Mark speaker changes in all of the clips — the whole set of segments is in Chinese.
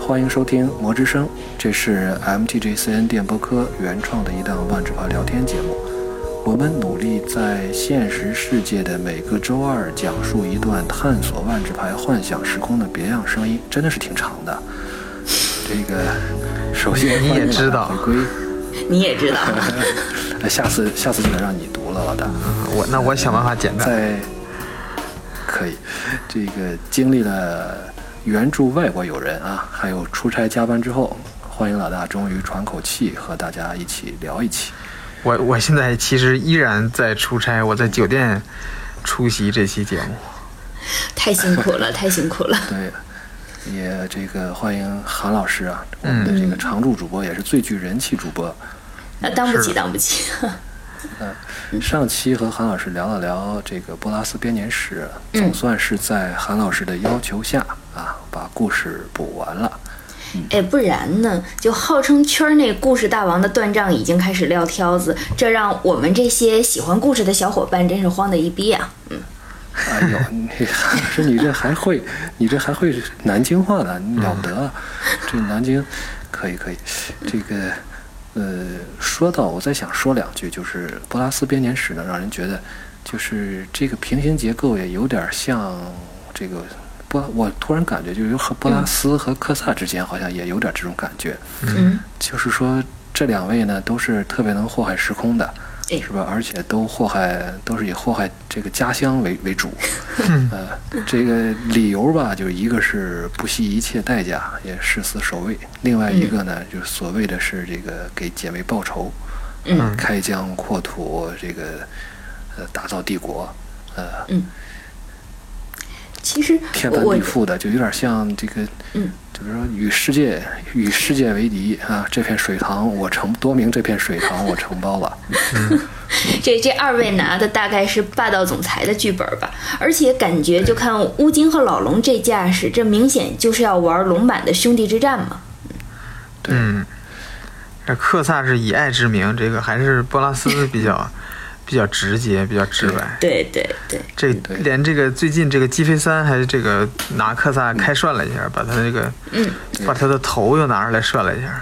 Speaker 1: 欢迎收听《魔之声》，这是 MTGCN 电波科原创的一档万智牌聊天节目。我们努力在现实世界的每个周二讲述一段探索万智牌幻想时空的别样声音，真的是挺长的。这个，首先
Speaker 2: 你也知道
Speaker 1: 欢迎 回归。
Speaker 3: 你也 知道，
Speaker 1: 呃下次下次就得让你读了，老大。
Speaker 2: 我那我想办法简单。
Speaker 1: 在可以，这个经历了援助外国友人啊，还有出差加班之后，欢迎老大终于喘口气，和大家一起聊一期。
Speaker 2: 我我现在其实依然在出差，我在酒店出席这期节目。
Speaker 3: 太辛 苦了，太辛苦了。
Speaker 1: 对，也这个欢迎韩老师啊，我们的这个常驻主播，也是最具人气主播。
Speaker 3: 啊，当不
Speaker 2: 是
Speaker 3: 起，当不起。
Speaker 1: 上期和韩老师聊了聊这个波拉斯编年史，总算是在韩老师的要求下啊，把故事补完了。
Speaker 3: 哎，不然呢？就号称圈内故事大王的段丈已经开始撂挑子，这让我们这些喜欢故事的小伙伴真是慌的一逼啊！
Speaker 1: 哎呦，你韩老师，你这还会，你这还会南京话呢，你了不得啊！这南京，可以可以，这个，呃，说到我再想说两句，就是波拉斯编年史呢，让人觉得就是这个平行结构也有点像这个波，我突然感觉就是有和波拉斯和科萨之间好像也有点这种感觉，
Speaker 3: 嗯，
Speaker 1: 就是说这两位呢都是特别能祸害时空的，
Speaker 3: 哎
Speaker 1: 是吧？而且都祸害，都是以祸害这个家乡为为主。呃，这个理由吧，就是一个是不惜一切代价也誓死守卫，另外一个呢，就是所谓的是这个给姐妹报仇，
Speaker 3: 嗯
Speaker 1: 开疆扩土，这个呃打造帝国，呃
Speaker 3: 其实
Speaker 1: 天翻
Speaker 3: 我
Speaker 1: 地覆的，就有点像这个，
Speaker 3: 嗯
Speaker 1: 就是说与世界与世界为敌啊！这片水塘我承多明这片水塘我承包 了，
Speaker 3: 这这二位拿的大概是霸道总裁的剧本吧，而且感觉就看乌金和老龙这架势，这明显就是要玩龙版的兄弟之战嘛。
Speaker 2: 嗯，这克萨是以爱之名，这个还是波拉斯比较比较直接，比较直白。
Speaker 3: 对对对，
Speaker 2: 这
Speaker 1: 对
Speaker 2: 连这个最近这个 G 飞三还这个拿克萨开涮了一下，把他这个
Speaker 3: 嗯
Speaker 2: 把他的头又拿出来涮了一下。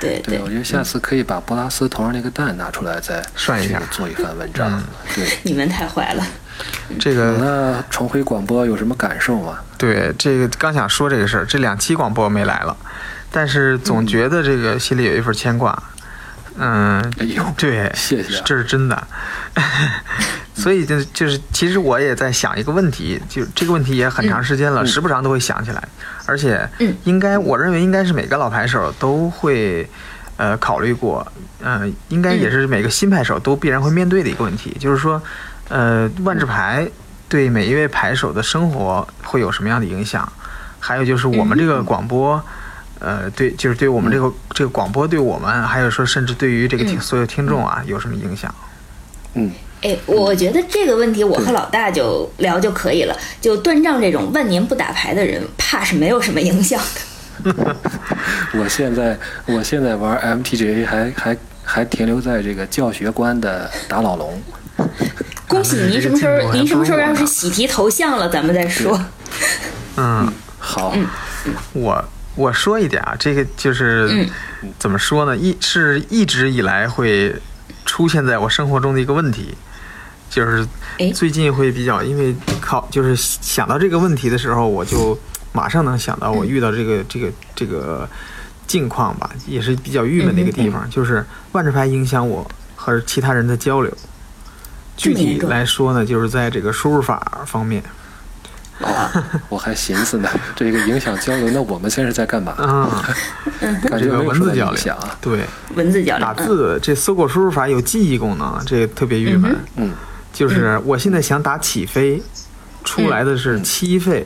Speaker 3: 对
Speaker 1: 对，我觉得下次可以把波拉斯头上那个蛋拿出来，再
Speaker 2: 涮一
Speaker 1: 这个
Speaker 2: 下嗯
Speaker 1: 做一番文章。对，
Speaker 3: 你们太坏了。
Speaker 2: 这
Speaker 1: 好
Speaker 2: 个
Speaker 1: 那重回广播有什么感受吗？
Speaker 2: 对这个刚想说这个事儿，这两期广播没来了，但是总觉得这个心里有一份牵挂。嗯，
Speaker 1: 哎呦，
Speaker 2: 对，
Speaker 1: 谢谢啊
Speaker 2: 这是真的。 所以就就是，其实我也在想一个问题，就这个问题也很长时间
Speaker 1: 嗯
Speaker 2: 了，时不常都会想起来，而且
Speaker 3: 嗯
Speaker 2: 应该我认为应该是每个老牌手都会呃考虑过，呃，应该
Speaker 1: 嗯
Speaker 2: 也是每个新牌手都必然会面对的一个问题，就是说，呃，万智牌对每一位牌手的生活会有什么样的影响？还有就是我
Speaker 1: 嗯
Speaker 2: 们这个广播，呃，对，就是对我们这个、这个广播对我们，还有说甚至对于这个听、
Speaker 3: 嗯
Speaker 2: 所有听众啊，有什么影响？
Speaker 1: 嗯，
Speaker 3: 哎，我我觉得这个问题我和老大就聊就可以了。就断账这种万年不打牌的人，怕是没有什么影响的。
Speaker 1: 我现在我现在玩 MTGA 还还还停留在这个教学观的打老龙，
Speaker 3: 恭喜
Speaker 2: 啊这
Speaker 3: 您
Speaker 2: 个
Speaker 3: 什么时
Speaker 2: 进
Speaker 3: 候
Speaker 2: 度还
Speaker 3: 您什么时
Speaker 2: 不
Speaker 3: 候
Speaker 2: 如我
Speaker 3: 要
Speaker 2: 呢
Speaker 3: 是喜提头像了，咱们再说。
Speaker 2: 嗯，
Speaker 1: 好，
Speaker 2: 我我说一点啊，这个就是、
Speaker 3: 嗯
Speaker 2: 怎么说呢？一是一直以来会出现在我生活中的一个问题，就是
Speaker 3: 哎
Speaker 2: 最近会比较因为考，就是想到这个问题的时候，我就马上能想到
Speaker 3: 嗯
Speaker 2: 我遇到这个、这个这个境况吧，也是比较郁闷的一个
Speaker 3: 嗯
Speaker 2: 地方，就是万智牌影响我和其他人的交流。
Speaker 3: 这
Speaker 2: 具
Speaker 3: 么严
Speaker 2: 体
Speaker 3: 重
Speaker 2: 来说呢，就是在这个输入法方面，
Speaker 1: 哦，我还寻思呢，这个影响交流，那我们现在在干嘛？
Speaker 2: 啊，
Speaker 1: 感觉
Speaker 2: 这个
Speaker 1: 没有
Speaker 2: 文
Speaker 1: 什么
Speaker 2: 字交
Speaker 1: 影
Speaker 2: 流
Speaker 1: 响啊，，
Speaker 2: 对，
Speaker 3: 文字交流
Speaker 2: 打，字这搜狗输入法有记忆功能，啊这个特别郁闷。
Speaker 1: 嗯，嗯
Speaker 2: 就是我现在想打起飞，出来的是七费，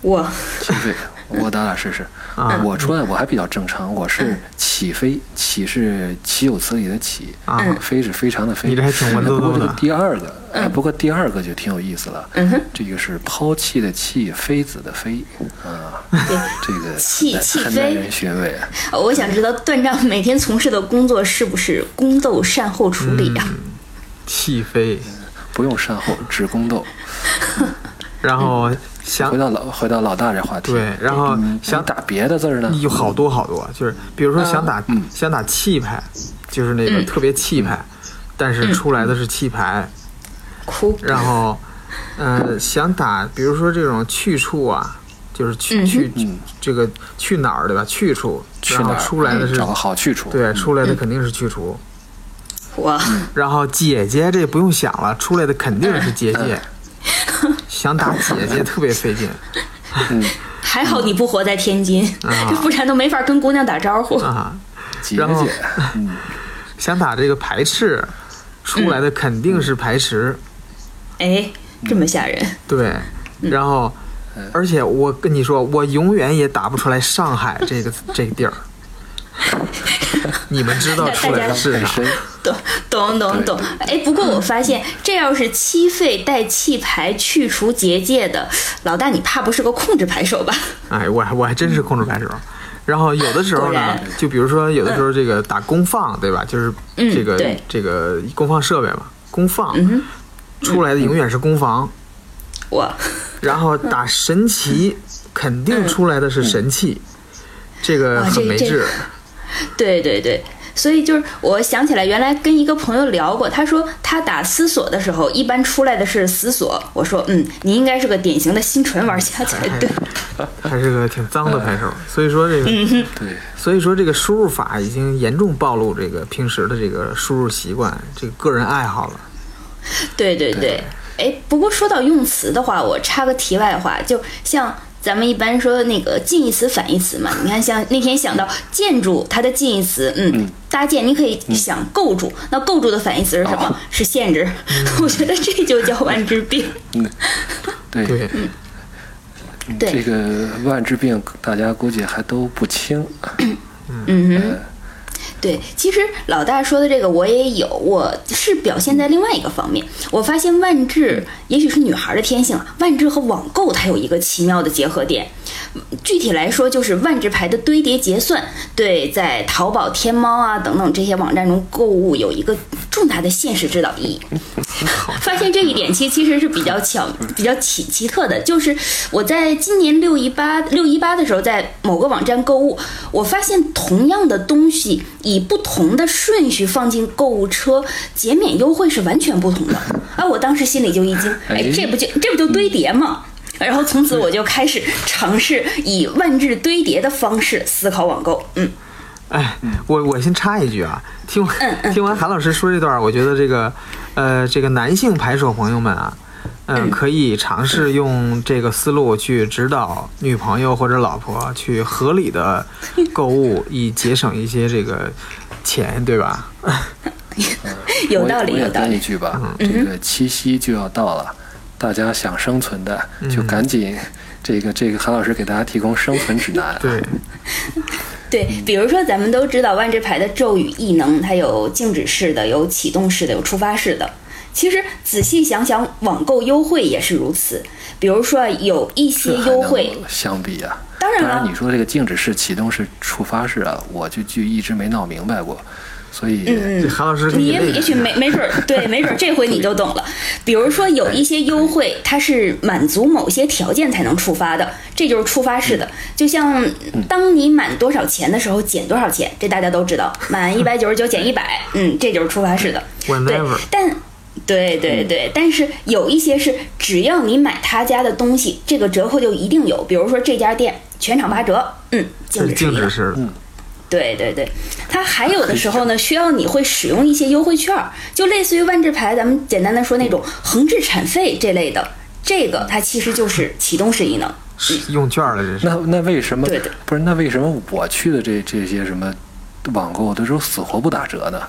Speaker 3: 我
Speaker 1: 起飞，我咱俩试试
Speaker 2: 啊嗯
Speaker 1: 我出来我还比较正常，我是起飞，起是岂有此理的起
Speaker 2: 啊嗯
Speaker 1: 飞是非常的飞。
Speaker 2: 你这还挺文绉绉的
Speaker 1: 不过这个第二个，
Speaker 3: 嗯
Speaker 1: 哎，不过第二个就挺有意思了，这个是抛弃的弃，妃子的妃啊，这个
Speaker 3: 弃
Speaker 1: 很
Speaker 3: 弃
Speaker 1: 很耐
Speaker 3: 妃
Speaker 1: 人寻味。
Speaker 3: 呃我想知道段丈每天从事的工作是不是宫斗善后处理啊呀、
Speaker 2: 嗯气飞，
Speaker 1: 不用善后，只宫斗。嗯
Speaker 2: 然后想
Speaker 1: 回到老回到老大这话题，
Speaker 2: 对，然后
Speaker 1: 你
Speaker 2: 想
Speaker 1: 你打别的字儿呢？
Speaker 2: 有好多好多，就是比如说想打、
Speaker 1: 嗯
Speaker 2: 想打气派，就是那个
Speaker 3: 嗯
Speaker 2: 特别气派，但
Speaker 1: 嗯
Speaker 2: 是出来的是气牌，
Speaker 3: 哭，
Speaker 2: 然后呃想打比如说这种去处啊，就是去、
Speaker 3: 嗯哼
Speaker 2: 去、
Speaker 1: 嗯
Speaker 2: 这个去哪儿对吧？去处，
Speaker 1: 去
Speaker 2: 然
Speaker 1: 哪
Speaker 2: 后
Speaker 1: 儿哎
Speaker 2: 出来的是、
Speaker 1: 找个好去处？
Speaker 2: 对，
Speaker 1: 嗯
Speaker 2: 出来的肯定是去除。
Speaker 3: 哇，
Speaker 2: 然后姐姐这不用想了，出来的肯定是结界， 想打姐姐特别费劲
Speaker 3: 还好你不活在天津，
Speaker 2: 啊
Speaker 3: 不然都没法跟姑娘打招呼。
Speaker 2: 啊，
Speaker 1: 姐
Speaker 2: 然后
Speaker 1: 姐，嗯，
Speaker 2: 想打这个排斥，出来的肯定是排斥。
Speaker 3: 哎，这么吓人，
Speaker 2: 对，然后，而且我跟你说，我永远也打不出来上海这个这个地儿。你们知道出来的是啊
Speaker 1: 很
Speaker 2: 啥？
Speaker 1: 深，
Speaker 3: 懂懂懂懂。哎，不过我发现，这要是七费带气牌去除结界的，老大你怕不是个控制牌手吧？
Speaker 2: 哎，我还我还真是控制白手。然后有的时候
Speaker 3: 果
Speaker 2: 呢
Speaker 3: 然，
Speaker 2: 就比如说有的时候这个打功放，对吧？就是
Speaker 3: 嗯
Speaker 2: 这个
Speaker 3: 对嗯
Speaker 2: 这个功放设备嘛，功放
Speaker 3: 哼
Speaker 2: 出来的永远是攻防。
Speaker 3: 我
Speaker 2: 然后打神奇，肯定出来的是神器，这个
Speaker 3: 哇
Speaker 2: 很
Speaker 3: 嗯啊这
Speaker 2: 没
Speaker 3: 这
Speaker 2: 治。
Speaker 3: 对对对，所以就是我想起来，原来跟一个朋友聊过，他说他打思索的时候，一般出来的是思索。我说，嗯，你应该是个典型的新纯玩家才对。
Speaker 2: 还是个挺脏的
Speaker 3: 嗯
Speaker 2: 拍手，所以说这个，
Speaker 1: 对，
Speaker 2: 所以说这个输入法已经严重暴露这个平时的这个输入习惯，这个个人爱好了。
Speaker 3: 对对对，哎，不过说到用词的话，我插个题外话，就像。咱们一般说那个近义词、反义词嘛，你看像那天想到建筑，它的近义词，嗯，搭建，你可以想构筑，那构筑的反义词是什么？
Speaker 1: 哦
Speaker 3: 是限制。 我觉得这就叫万治病。
Speaker 1: 对
Speaker 2: 对，
Speaker 3: 嗯对
Speaker 1: 这个万治病，大家估计还都不轻。
Speaker 3: 对，其实老大说的这个我也有，我是表现在另外一个方面。我发现万智，也许是女孩的天性啊，万智和网购它有一个奇妙的结合点。嗯具体来说，就是万智牌的堆叠结算，对在淘宝、天猫啊等等这些网站中购物有一个重大的现实指导意义。发现这一点，其实其实是比较巧、比较奇奇特的。就是我在今年六一八六一八的时候，在某个网站购物，我发现同样的东西以不同的顺序放进购物车，减免优惠是完全不同的。啊，我当时心里就一惊，哎
Speaker 1: 哎，
Speaker 3: 这不就这不就堆叠吗？然后从此我就开始尝试以万智堆叠的方式思考网购。嗯，
Speaker 2: 哎，我我先插一句啊，听完
Speaker 3: 嗯嗯
Speaker 2: 听完韩老师说这段儿，我觉得这个，呃，这个男性牌手朋友们啊，嗯，可以尝试用这个思路去指导女朋友或者老婆去合理的购物，以节省一些这个钱，对吧？
Speaker 3: 有道理，
Speaker 1: 我也
Speaker 3: 有
Speaker 1: 我也
Speaker 3: 道
Speaker 1: 跟一
Speaker 3: 理。嗯
Speaker 1: 句吧，这个七夕就要到了，大家想生存的就赶紧，这个这个韩老师给大家提供生存指南。
Speaker 2: 对，
Speaker 3: 对，
Speaker 1: 嗯
Speaker 3: 比如说咱们都知道万智牌的咒语异能，它有静止式的，有启动式的，有触发式的。其实仔细想想，网购优惠也是如此。比如说有一些
Speaker 1: 这还
Speaker 3: 优惠，
Speaker 1: 能相比啊，
Speaker 3: 当然
Speaker 1: 当
Speaker 3: 了
Speaker 1: 然，你说这个静止式、启动式、触发式啊，我就就一直没闹明白过，所以
Speaker 3: 嗯
Speaker 2: 这韩老师给
Speaker 3: 你
Speaker 2: 你
Speaker 3: 也
Speaker 2: 累
Speaker 3: 也许
Speaker 2: 的
Speaker 3: 没没准儿，对，没准儿这回你就懂了。比如说有一些优惠，它是满足某些条件才能触发的，这就是触发
Speaker 1: 嗯
Speaker 3: 式的。就像当你满多少钱的时候减多少钱，这大家都知道，满一百九十九减一百，嗯，这就是触发式的。对
Speaker 2: whenever，
Speaker 3: 但对对
Speaker 2: 嗯
Speaker 3: 对，但是有一些是只要你买他家的东西，这个折扣就一定有。比如说这家店全场八折，嗯，
Speaker 2: 这是
Speaker 3: 静止是
Speaker 2: 静
Speaker 3: 一
Speaker 2: 止
Speaker 3: 个。
Speaker 2: 式的。
Speaker 3: 对对对，它还有的时候呢，需要你会使用一些优惠券儿，就类似于万智牌，咱们简单的说那种横置产费这类的，这个它其实就是启动式异能。
Speaker 2: 是用券儿了，这是。
Speaker 1: 那那为什么
Speaker 3: 对的
Speaker 1: 不是？那为什么我去的这这些什么网购的时候死活不打折呢？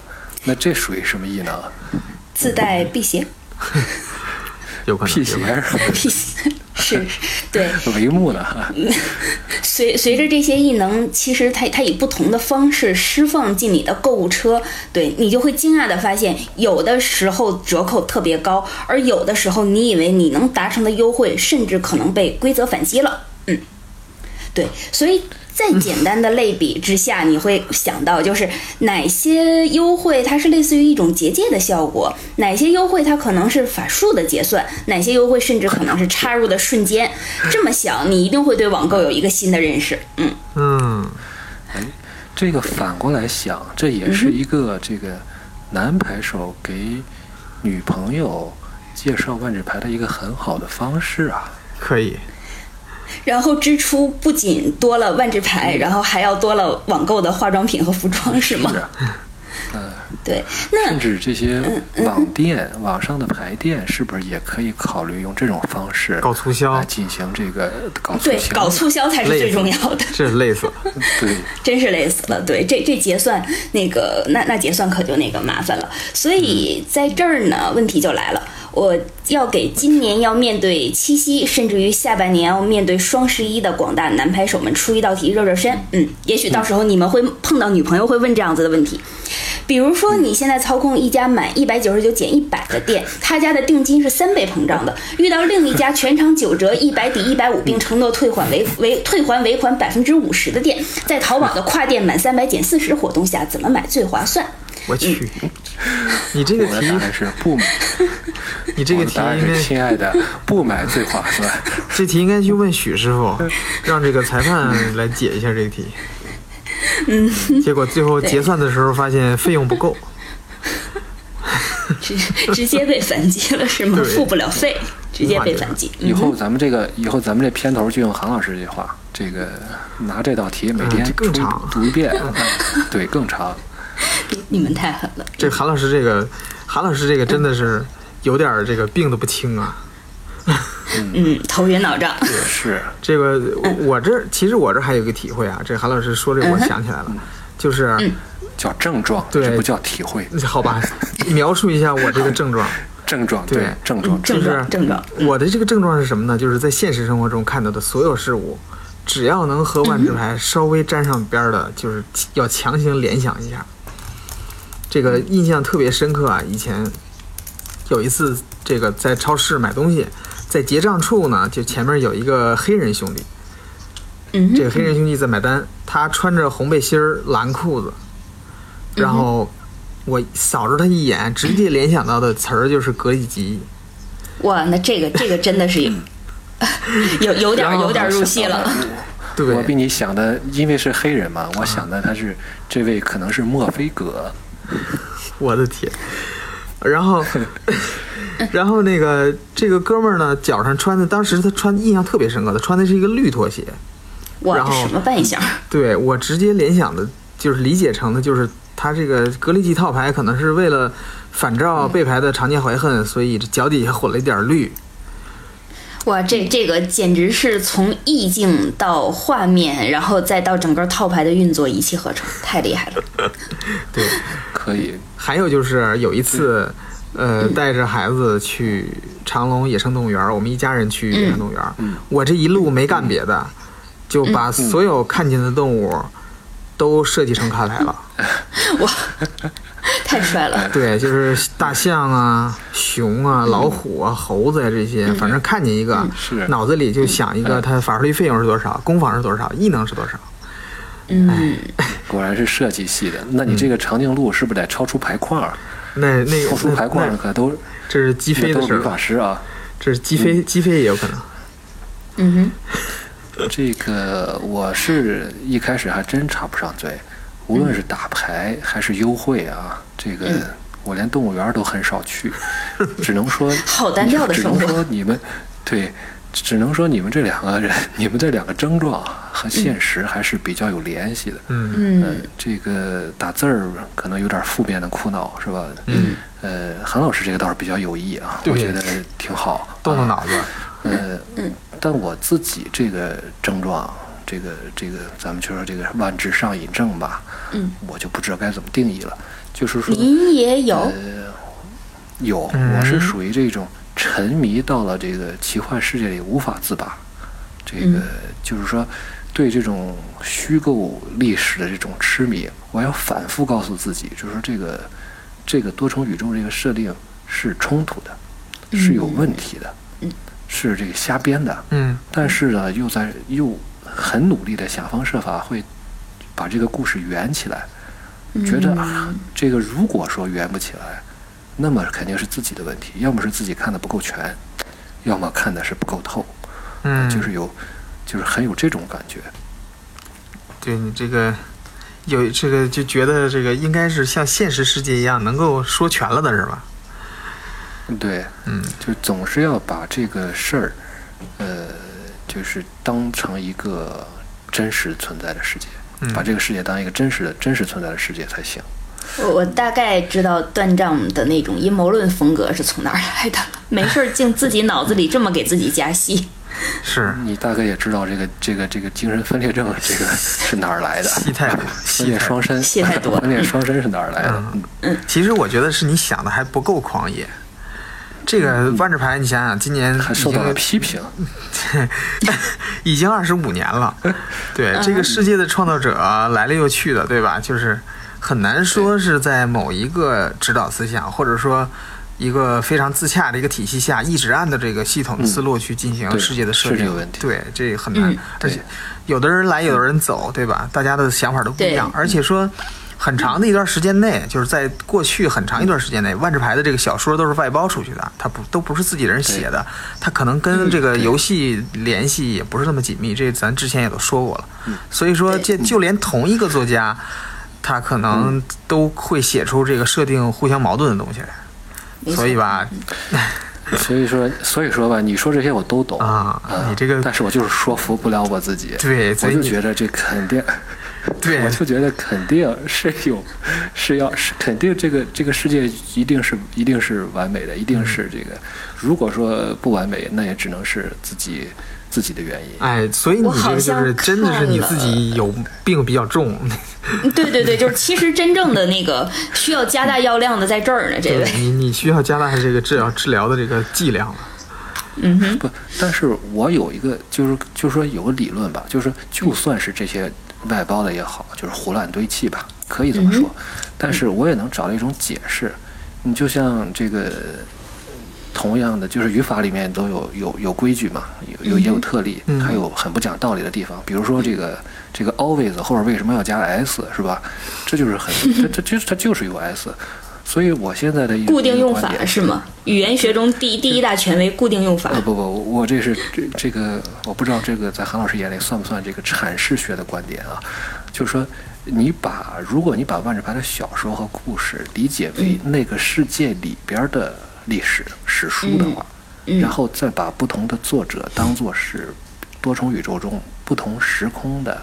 Speaker 1: 那这属于什么异能？
Speaker 3: 自带辟邪，
Speaker 2: 有可能
Speaker 1: 辟邪
Speaker 2: 有可能
Speaker 3: 辟邪 是，对，
Speaker 1: 帷幕呢？
Speaker 3: 随随着这些异能，其实它它以不同的方式释放进你的购物车，对你就会惊讶的发现，有的时候折扣特别高，而有的时候你以为你能达成的优惠，甚至可能被规则反击了。嗯，对，所以再简单的类比之下，你会想到就是哪些优惠它是类似于一种结界的效果，哪些优惠它可能是法术的结算，哪些优惠甚至可能是插入的瞬间。这么想，你一定会对网购有一个新的认识。嗯
Speaker 2: 嗯，
Speaker 1: 这个反过来想，这也是一个这个男牌手给女朋友介绍万智牌的一个很好的方式啊。
Speaker 2: 可以，
Speaker 3: 然后支出不仅多了万智牌，然后还要多了网购的化妆品和服装，是吗？
Speaker 1: 是啊，呃，
Speaker 3: 对，那
Speaker 1: 甚至这些网店、网上的牌店，是不是也可以考虑用这种方式
Speaker 2: 搞促销
Speaker 1: 来进行这个搞促
Speaker 3: 对
Speaker 1: 销？
Speaker 3: 搞促销才是最重要的。
Speaker 2: 这累死了。
Speaker 1: 对，
Speaker 3: 真是累死了。对，这这结算那个那那结算可就那个麻烦了。所以在这儿呢，问题就来了。我要给今年要面对七夕，甚至于下半年要面对双十一的广大男拍手们出一道题热热身。嗯，也许到时候你们会碰到女朋友会问这样子的问题，比如说你现在操控一家满一百九十九减一百的 店，他家的定金是三倍膨胀的，遇到另一家全场九折一百抵一百五，并承诺退还尾尾退还尾款百分之五十的店，在淘宝的跨店满三百减四十活动下，怎么买最划算？
Speaker 2: 我去，你这个
Speaker 1: 我的答
Speaker 2: 题，
Speaker 1: 案是不买。
Speaker 2: 你这
Speaker 1: 我
Speaker 2: 个
Speaker 1: 的
Speaker 2: 题
Speaker 1: 答案
Speaker 2: 应
Speaker 1: 是
Speaker 2: 该，
Speaker 1: 亲爱的，不买最划算。
Speaker 2: 这题应该去问许师傅，让这个裁判来解一下这个题。嗯，结果最后结算的时候发现费用不够，
Speaker 3: 直直接被反击了是吗？
Speaker 2: 对
Speaker 3: 付不了费，直接被反击。
Speaker 1: 以
Speaker 2: 嗯
Speaker 1: 后咱们这个，以后咱们这片头就用韩老师这句话，这个拿这道题每
Speaker 2: 嗯
Speaker 1: 天
Speaker 2: 这更
Speaker 1: 出
Speaker 2: 长
Speaker 1: 读一 遍，对，更长。
Speaker 3: 你你们太狠了。
Speaker 2: 这韩老师这个，韩老师这个真的是有点儿这个病的不轻啊。
Speaker 3: 嗯，头晕脑胀。
Speaker 1: 是，
Speaker 2: 这个我我这其实我这还有一个体会啊，这韩老师说这我想起来了，就是、
Speaker 1: 叫症状，
Speaker 2: 对
Speaker 1: 这不叫体会。
Speaker 2: 好吧，描述一下我这个症状。
Speaker 1: 症状，对
Speaker 2: 对，
Speaker 1: 症状，
Speaker 3: 症
Speaker 2: 嗯就是
Speaker 3: 状，症状，
Speaker 2: 我的这个症状是什么呢？就是在现实生活中看到的所有事物，只要能和万智牌稍微沾上边儿的，就是要强行联想一下。这个印象特别深刻啊！以前有一次，这个在超市买东西，在结账处呢，就前面有一个黑人兄弟，
Speaker 3: 嗯
Speaker 2: 这
Speaker 3: 哼，
Speaker 2: 个黑人兄弟在买单，他穿着红背心儿、蓝裤子，然后我扫着他一眼，直接联想到的词儿就是格里吉。
Speaker 3: 哇，那这个这个真的是有 有有点
Speaker 2: 嗯然后
Speaker 3: 有点入戏了。
Speaker 2: 对，
Speaker 1: 我比你想的，因为是黑人嘛，我想的他是这位可能是墨菲哥，
Speaker 2: 我的天！然后，然后那个这个哥们儿呢，脚上穿的，当时他穿印象特别深刻，他穿的是一个绿拖鞋。
Speaker 3: 哇，
Speaker 2: 然
Speaker 3: 这
Speaker 2: 后
Speaker 3: 什么扮相？
Speaker 2: 对我直接联想的就是理解成的就是他这个格力吉套牌可能是为了反照背牌的长剑怀恨，所以这脚底下混了一点儿绿。
Speaker 3: 哇，这这个简直是从意境到画面，然后再到整个套牌的运作一气呵成，太厉害了。
Speaker 2: 对，
Speaker 1: 可以，
Speaker 2: 还有就是有一次，
Speaker 1: 嗯
Speaker 2: 呃，带着孩子去长隆野生动物园儿，我们一家人去野生动物园儿，
Speaker 1: 嗯
Speaker 2: 我这一路没干别的，就把所有看见的动物都设计成卡牌了。
Speaker 1: 嗯
Speaker 3: 哇，太帅 了。
Speaker 2: 对，就是大象啊、熊啊、老虎啊、猴子呀、这些，
Speaker 1: 嗯
Speaker 2: 反正看见一个，
Speaker 1: 是
Speaker 2: 脑子里就想一
Speaker 1: 嗯
Speaker 2: 个它法术力费用是多少，攻防是多少，异能是多少。
Speaker 1: 哎
Speaker 3: 嗯，
Speaker 1: 果然是设计系的。那你这个长颈鹿是不是得超出牌框？
Speaker 2: 那嗯那
Speaker 1: 超出
Speaker 2: 个
Speaker 1: 牌
Speaker 2: 那
Speaker 1: 框
Speaker 2: 那
Speaker 1: 可都
Speaker 2: 这是击
Speaker 1: 那
Speaker 2: 飞
Speaker 1: 都
Speaker 2: 的
Speaker 1: 是
Speaker 2: 事
Speaker 1: 理发
Speaker 2: 儿，
Speaker 1: 师啊。
Speaker 2: 这是击飞，击飞也有可能。
Speaker 3: 嗯哼，
Speaker 1: 这个我是一开始还真插不上嘴，无论是打牌还是优惠啊，这个
Speaker 3: 嗯
Speaker 1: 我连动物园都很少 去，只能说
Speaker 3: 好单调的
Speaker 1: 只
Speaker 3: 生
Speaker 1: 能
Speaker 3: 活
Speaker 1: 说你们对，只能说你们这两个人，你们这两个症状和现实还是比较有联系的。
Speaker 2: 嗯
Speaker 1: 嗯
Speaker 3: 嗯，，
Speaker 1: 这个打字儿可能有点负面的苦恼是吧？嗯，呃，韩老师这个倒是比较有益啊，我
Speaker 2: 对
Speaker 1: 觉得挺好。
Speaker 2: 动动脑子。
Speaker 3: 嗯
Speaker 1: 呃，但我自己这个症状，这个这个，咱们就说这个万智上瘾症吧，
Speaker 3: 嗯，
Speaker 1: 我就不知道该怎么定义了。就是说，
Speaker 3: 您也
Speaker 1: 呃
Speaker 3: 有
Speaker 1: 有，
Speaker 2: 嗯
Speaker 1: 我是属于这种沉迷到了这个奇幻世界里无法自拔。这个
Speaker 3: 嗯
Speaker 1: 就是说，对这种虚构历史的这种痴迷，我要反复告诉自己，就是说这个这个多重宇宙这个设定是冲突
Speaker 3: 嗯
Speaker 1: 的，是有问题的，是这个瞎编的。
Speaker 2: 嗯
Speaker 1: 但是呢，又在又很努力的想方设法会把这个故事圆起来。觉得、啊、这个如果说圆不起来，那么肯定是自己的问题，要么是自己看的不够全，要么看的是不够透，
Speaker 2: 嗯，
Speaker 1: 就是有，就是很有这种感觉。
Speaker 2: 对你这个有这个就觉得这个应该是像现实世界一样能够说全了的是吧？
Speaker 1: 对，
Speaker 2: 嗯，
Speaker 1: 就总是要把这个事儿，呃，就是当成一个真实存在的世界。
Speaker 2: 嗯
Speaker 1: 把这个世界当一个真实的、真实存在的世界才行。
Speaker 3: 我我大概知道断章的那种阴谋论风格是从哪儿来的了。没事儿，竟自己脑子里这么给自己加戏。
Speaker 2: 是
Speaker 1: 你大概也知道这个、这个、这个精神分裂症这个是哪儿来的？
Speaker 2: 西太
Speaker 1: 分
Speaker 2: 西
Speaker 1: 裂
Speaker 2: 太
Speaker 1: 双身，
Speaker 3: 戏太多 了
Speaker 1: 分裂双身是哪儿来的？嗯
Speaker 2: 其实我觉得是你想的还不够狂野。这个万智牌，你想想，今年
Speaker 1: 还
Speaker 2: 已
Speaker 1: 受到了
Speaker 2: 经
Speaker 1: 批评。
Speaker 2: 嗯已经二十五年了，
Speaker 1: 嗯
Speaker 2: 对这个世界的创造者来了又去的，对吧？就是很难说是在某一个指导思想，或者说一个非常自洽的一个体系下，一直按照这个系统思路去进行
Speaker 1: 嗯对
Speaker 2: 世界的设
Speaker 1: 是这
Speaker 2: 定。
Speaker 1: 个问题
Speaker 2: 对，这很难
Speaker 3: 嗯。
Speaker 2: 而且有的人来，有的人走，对吧？大家的想法都不一样，
Speaker 3: 对
Speaker 2: 而且说。很长的一段时间内，就是在过去很长一段时间内，万智牌的这个小说都是外包出去的，它不都不是自己人写的，它可能跟这个游戏联系也不是那么紧密，这咱之前也都说过了。
Speaker 3: 嗯
Speaker 2: 所以说，这就连同一个作家，他可
Speaker 3: 嗯
Speaker 2: 能都会写出这个设定互相矛盾的东西来。
Speaker 3: 没错
Speaker 2: 所以吧，
Speaker 1: 所以说，所以说吧，你说这些我都懂
Speaker 2: 啊你这个
Speaker 1: 但是我就是说服不了我自己。
Speaker 2: 对所
Speaker 1: 我
Speaker 2: 以
Speaker 1: 就
Speaker 2: 你
Speaker 1: 觉得这肯定，
Speaker 2: 对
Speaker 3: 嗯
Speaker 1: 我就觉得肯定是有，是要是肯定这个这个世界一定是一定是完美的，一定是这个。
Speaker 2: 嗯
Speaker 1: 如果说不完美，那也只能是自己自己的原因。
Speaker 2: 哎，所以你
Speaker 3: 我
Speaker 2: 这
Speaker 3: 好
Speaker 2: 个就
Speaker 3: 像
Speaker 2: 是真的是你
Speaker 3: 看
Speaker 2: 自己有病比较 重，
Speaker 3: 对对对，就是其实真正的那个需要加大药量的在这儿呢，这位。
Speaker 2: 你你需要加大这个治疗治疗的这个剂量了。
Speaker 3: 嗯哼，
Speaker 1: 不，但是我有一个，就是就是说有个理论吧，就是说就算是这些外包的也好，就是胡乱堆砌吧，可以这
Speaker 3: 嗯
Speaker 1: 么说。但是我也能找到一种解释。你就像这个，同样的，就是语法里面都有有有规矩嘛，有有也有特例，
Speaker 2: 嗯
Speaker 1: 还有很不讲道理的地方，比如说这个这个 always 后面为什么要加 s 是吧？这就是很它它就是它就是有 s，所以我现在的一个
Speaker 3: 固定
Speaker 1: 一个
Speaker 3: 用
Speaker 1: 观
Speaker 3: 法
Speaker 1: 点
Speaker 3: 是吗？语言学中第第一大权威固定用法
Speaker 1: 呃，。不不，我我这是这这个，我不知道这个在韩老师眼里算不算这个阐释学的观点啊？就是说，你把如果你把万智牌的小说和故事理解为那个世界里边儿的历史史书的话，然后再把不同的作者当作是多重宇宙中不同时空的